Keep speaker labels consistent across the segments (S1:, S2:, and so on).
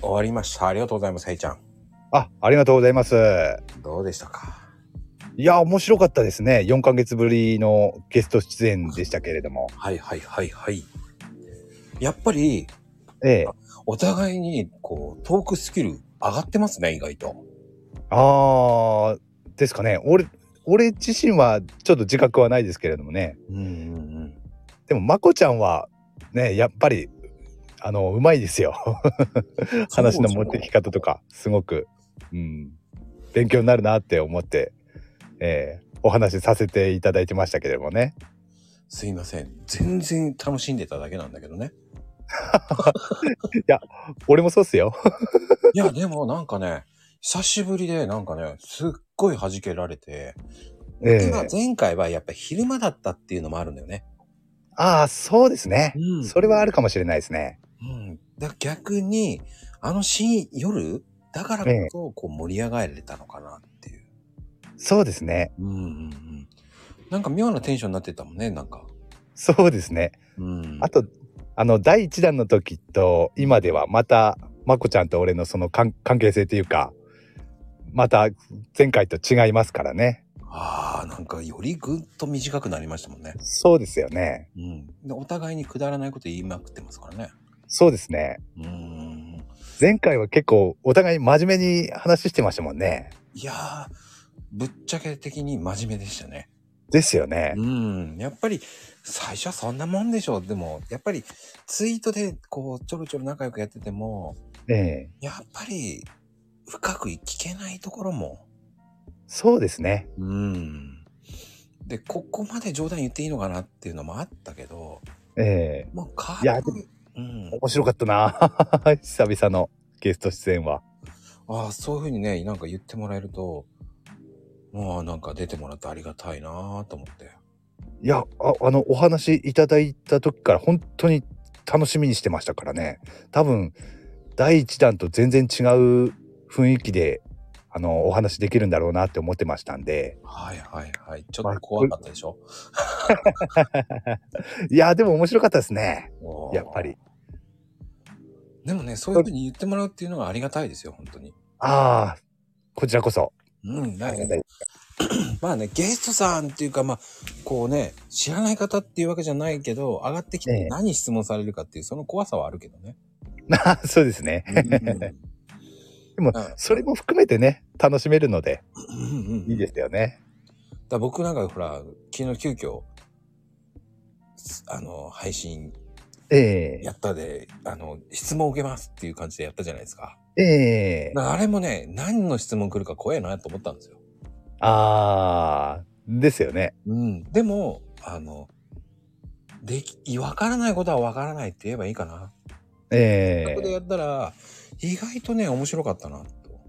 S1: 終わりました。ありがとうございます、ヘイちゃん。
S2: あ、ありがとうございます。
S1: どうでしたか
S2: いや、面白かったですね。4ヶ月ぶりのゲスト出演でしたけれども。
S1: はいはいはいはい。やっぱり、
S2: ええ。
S1: お互いに、こう、トークスキル上がってますね、意外と。
S2: あー、ですかね。俺、俺自身はちょっと自覚はないですけれどもね。
S1: うんうんうん。
S2: でも、まこちゃんは、ね、やっぱり、あの、うまいですよ。話の持ってき方とか、すごく、うん、勉強になるなって思って、ええお話しさせていただいてましたけれどもね。
S1: すいません。全然楽しんでただけなんだけどね。
S2: 俺もそうっすよ。
S1: いや、でもなんかね、久しぶりで、なんかね、すっごい弾けられて、
S2: ええ
S1: 今前回はやっぱ昼間だったっていうのもあるんだよね。
S2: ああ、そうですね。
S1: うん
S2: それはあるかもしれないですね。
S1: うん、だから逆に、あのシーン、夜だからこそ、こう盛り上がれたのかなっていう。
S2: そうですね。
S1: うんうんうん。なんか妙なテンションになってたもんね、なんか。
S2: そうですね。
S1: うん。
S2: あと、あの、第一弾の時と今ではまた、まこちゃんと俺のその関関係性というか、また前回と違いますからね。
S1: ああ、なんかよりぐっと短くなりましたもんね。
S2: そうですよね。
S1: うん。でお互いにくだらないこと言いまくってますからね。
S2: そうですね。
S1: うん。
S2: 前回は結構お互い真面目に話してましたもんね。
S1: いやー、ぶっちゃけ的に真面目でしたね。
S2: ですよね。
S1: うん、やっぱり最初はそんなもんでしょう。でも、やっぱりツイートでこう、ちょろちょろ仲良くやってても、
S2: ええ
S1: やっぱり深く聞けないところも。
S2: そうですね。
S1: うん。で、ここまで冗談言っていいのかなっていうのもあったけど、
S2: ええ
S1: もうか
S2: いやでも
S1: うん。
S2: 面白かったな。 久々のゲスト出演は。
S1: ああ、そういうふうにね、なんか言ってもらえると、もうなんか出てもらってありがたいなぁと思って。
S2: いやああのお話いただいた時から本当に楽しみにしてましたからね多分第1弾と全然違う雰囲気であのお話できるんだろうなって思ってましたんで
S1: はいはいはい。ちょっと怖かったでしょ、
S2: いやでも面白かったですねやっぱり。
S1: でもね、そういうふうに言ってもらうっていうのがありがたいですよ、本当に。
S2: ああこちらこそ
S1: うん、
S2: あ
S1: だ
S2: り
S1: から
S2: がた い
S1: まあね、ゲストさんっていうか、まあ、こうね、知らない方っていうわけじゃないけど、上がってき
S2: え
S1: て
S2: え
S1: 何質問されるかっていう、その怖さはあるけどね。
S2: なそうですね
S1: で
S2: もそれも含めてね楽しめるのでいい
S1: だか
S2: ですよね
S1: ら僕なんかほら、昨日急遽、すあの、配信
S2: え
S1: やったで、あの、質問受けますっていう感じでやったじゃないですか。
S2: えええ
S1: だからあれもね、何の質問来るか怖いなと思ったんですよ。
S2: ああですよね
S1: うん。でも、あの、でき、わからないことはわからないって言えばいいかな。
S2: ええ
S1: ここでやったら、意外とね、面白かったな、と。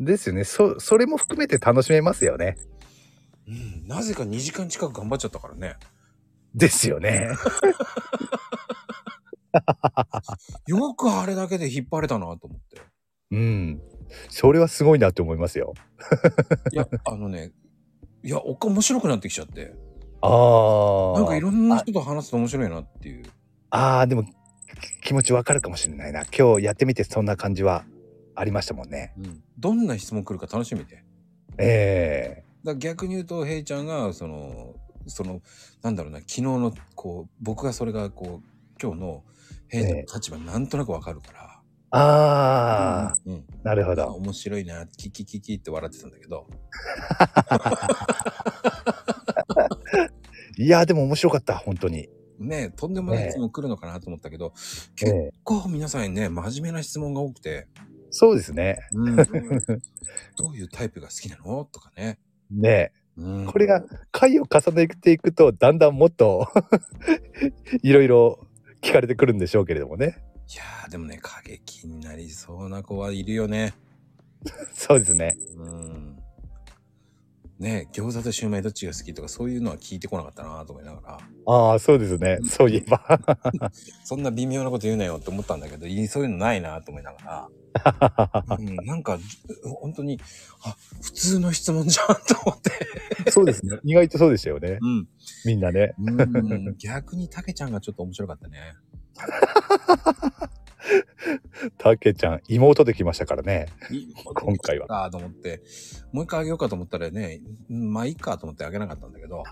S2: ですよねそそれも含めて楽しめますよね
S1: うん。なぜか2時間近く頑張っちゃったからね。
S2: ですよね。
S1: よくあれだけで引っ張れたな、と思って。
S2: うん。それはすごいなって思いますよ。
S1: いや、 あのね、いや、おっか面白くなってきちゃって。
S2: ああ。
S1: なんかいろんな人と話すと面白いなっていう。
S2: ああ、でもき気持ちわかるかもしれないな。今日やってみてそんな感じはありましたもんね。
S1: うん。どんな質問来るか楽しみで。だか
S2: え
S1: ら逆に言うと、ヘイちゃんが、その、その、なんだろうな、昨日の、こう、僕がそれが、こう、今日のヘイちゃんの立場、なんとなくわかるから。
S2: えああ、
S1: うんうん。
S2: なるほど。
S1: 面白いな、キキキキって笑ってたんだけど。
S2: いや、でも面白かった、本当に。
S1: ねとんでもない
S2: ね
S1: 質問来るのかなと思ったけど、
S2: え
S1: 結
S2: え
S1: 構皆さんね、真面目な質問が多くて、
S2: そうですね。
S1: どういうタイプが好きなのとかね。
S2: ね
S1: うん
S2: えこれが、回を重ねていくと、だんだんもっと、 いろいろ聞かれてくるんでしょうけれどもね。
S1: いやー、でもね、過激になりそうな子はいるよね。
S2: そうですね。
S1: うん。ね餃子とシュウマイどっちが好きとか、そういうのは聞いてこなかったなと思いながら、
S2: ああ、そうですね。そういえば。
S1: そんな微妙なこと言うなよって思ったんだけど、いそういうのないなと思いなが ら、うん、なんか、本当に、あ、普通の質問じゃんと思って。
S2: そうですね。 意外とそうでしたよね。
S1: うん。
S2: みんなね。
S1: うん逆にたけちゃんがちょっと面白かったね。
S2: たけちゃん、妹できましたからね。今
S1: 今
S2: 回は
S1: ああ、と思って、もう一回あげようかと思ったらね、うんまあいいかと思ってあげなかったんだけ ど。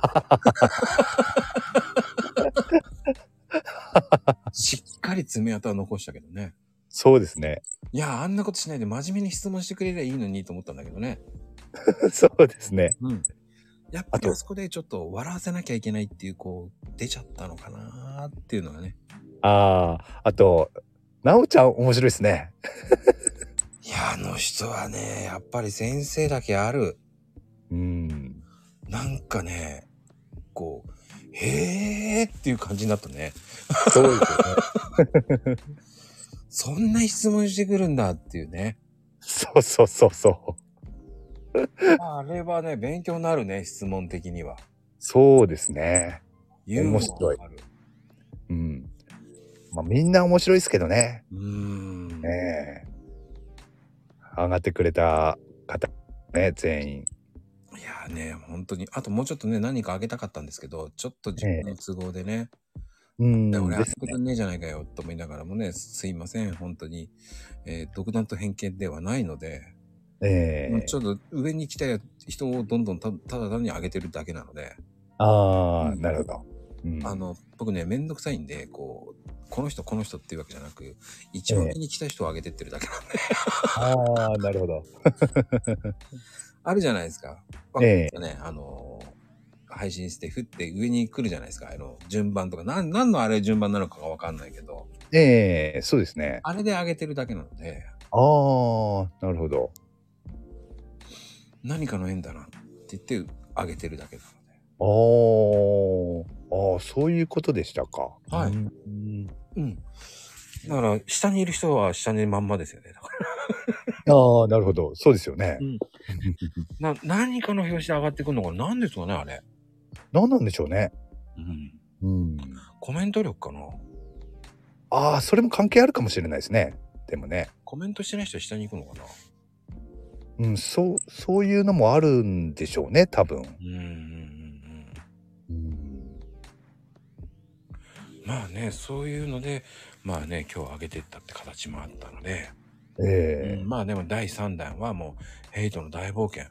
S1: しっかり爪痕は残したけどね。
S2: そうです ね。
S1: いや、あんなことしないで真面目に質問してくれりゃいいのにと思ったんだけどね。
S2: そうですね。
S1: うん。やっぱり
S2: あと
S1: あそこでちょっと笑わせなきゃいけないっていう、こう、出ちゃったのかなーっていうのがね。
S2: ああ、あと、なおちゃん面白いですね。
S1: いや、あの人はね、やっぱり先生だけある。
S2: うん。
S1: なんかね、こう、へーっていう感じになったね。
S2: そうですよね。
S1: そんな質問してくるんだっていうね。
S2: そうそうそうそう。
S1: まああれはね、勉強になるね、質問的には。
S2: そうですね。
S1: ユーモアが
S2: 面白い
S1: ある。
S2: うん。まあみんな面白いですけどね。
S1: うーん。
S2: ねえ。上がってくれた方、ね、全員。
S1: いやね、本当に。あともうちょっとね、何かあげたかったんですけど、ちょっと自分の都合でね。
S2: うん。
S1: で俺、あ
S2: です
S1: そこじ
S2: ね
S1: ゃねえじゃないかよと思いながらもね、すいません、本当に。えー独断と偏見ではないので、
S2: ええ
S1: もうちょっと上に来た人をどんどんたただ単に上げてるだけなので、
S2: ああ、
S1: うん
S2: なるほど。うん、
S1: あの、僕ね、めんどくさいんで、こう、この人、この人っていうわけじゃなく、一番上に来た人を上げてってるだけなんで、
S2: ああ、なるほど。
S1: あるじゃないですか。わかりますかね、あのー、配信して、振って上に来るじゃないですか。あの、順番とか、なん、何のあれ順番なのかがわかんないけど、
S2: ええそうですね。
S1: あれで上げてるだけなので、
S2: ああ、なるほど。
S1: 何かの縁だなって言って上げてるだけなので。
S2: あーあー、そういうことでしたか。
S1: はい
S2: うん
S1: うん。だから、下にいる人は下にまんまですよね。だから
S2: ああ、なるほど。そうですよね。
S1: な何かの表紙で上がってくるのが何ですかね、あれ。
S2: 何なんでしょうね。
S1: うん。
S2: うん、
S1: コメント力かな。
S2: ああ、それも関係あるかもしれないですね。でもね。
S1: コメントしてない人は下に行くのかな。
S2: うん、そう、そういうのもあるんでしょうね、多分。
S1: うんうんうん
S2: うん、
S1: うん。まあね、そういうので、まあね、今日上げてったって形もあったので、
S2: ええ
S1: うんまあでも第3弾はもう、ヘイトの大冒険。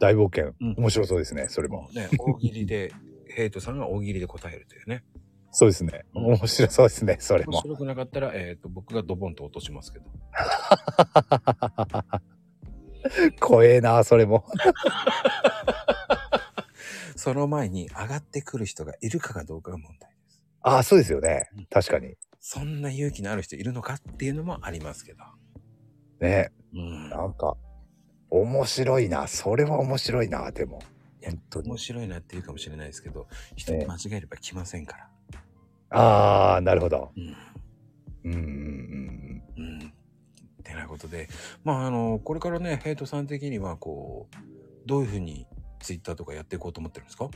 S2: 大冒険。
S1: うん
S2: 面白そうですね、それも。
S1: もう ね、大喜利で、ヘイトさんが大喜利で答えるというね。
S2: そうですね。
S1: うん
S2: 面白そうですね、それ
S1: 面
S2: も。
S1: 白くなかったら、えっ、と、僕がドボンと落としますけど。
S2: 怖えな、それも。
S1: その前に上がってくる人がいるかがどうかが問題です。
S2: ああ、そうですよね
S1: うん。
S2: 確かに。
S1: そんな勇気のある人いるのかっていうのもありますけど。
S2: ね、
S1: うん
S2: なんか、面白いな。それは面白いな、でも。本当に
S1: 面。白いなって言うかもしれないですけど、人に間違えれば来ませんから。
S2: ああ、なるほど。
S1: うん。
S2: うんうんうん
S1: うん。ってなことで、まあ、あの、これからね、ヘイトさん的には、こう、どういうふうにツイッターとかやっていこうと思ってるんですか
S2: うん。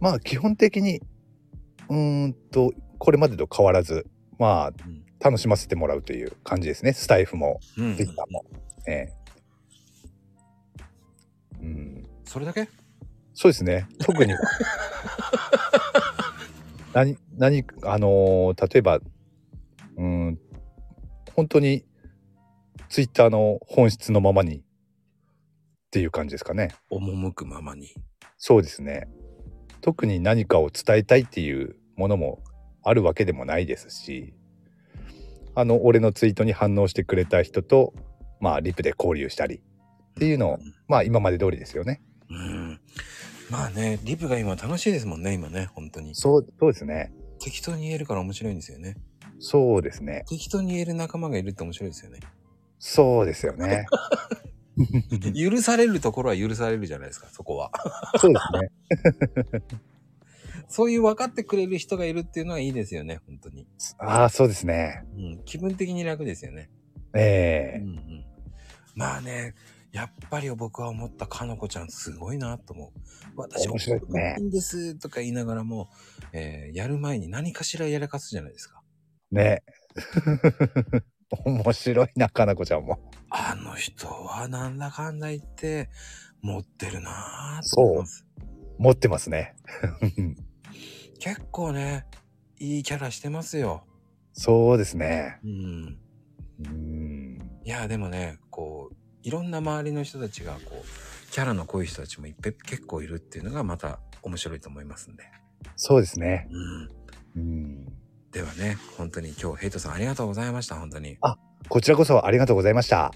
S2: まあ、基本的に、うーんと、これまでと変わらず、まあ、
S1: うん。
S2: 楽しませてもらうという感じですね。スタイフも、
S1: うん
S2: ツイッターも。ええ。うん。
S1: それだけ
S2: そうですね。特に。何、何、あのー例えば、うん、本当に、ツイッターの本質のままに、っていう感じですかね。
S1: 赴くままに。
S2: そうですね。特に何かを伝えたいっていうものもあるわけでもないですし、あの、俺のツイートに反応してくれた人と、まあ、リプで交流したりっていうのを、まあ、今まで通りですよね。
S1: うん。まあね、リプが今楽しいですもんね、今ね、本当に。
S2: そう、そうですね。
S1: 適当に言えるから面白いんですよね。
S2: そうですね。
S1: 適当に言える仲間がいるって面白いですよね。
S2: そうですよね。
S1: 許されるところは許されるじゃないですか、そこ は。
S2: そうですね。
S1: そういう分かってくれる人がいるっていうのはいいですよね、本当に。
S2: ああ、そうですね。
S1: うん、気分的に楽ですよね。うん
S2: ええ
S1: うん、まあね、やっぱり僕は思ったかのこちゃんすごいなと思う。私
S2: 面白いですね
S1: いいんですとか言いながらも、えーやる前に何かしらやらかすじゃないですか。
S2: ね。 面白いな、かなこちゃんも。
S1: あの人はなんだかんだ言って持ってるなぁと
S2: そう
S1: 思います。
S2: 持ってますね。
S1: 結構ね、いいキャラしてますよ。
S2: そうですね。
S1: うん。
S2: うん。
S1: いや、でもね、こう、いろんな周りの人たちが、こう、キャラの濃い人たちもいっぺ結構いるっていうのがまた面白いと思いますんで。
S2: そうですね。
S1: うん。
S2: うん。
S1: ではね、本当に今日ヘイトさんありがとうございました、本当に。
S2: こちらこそありがとうございました。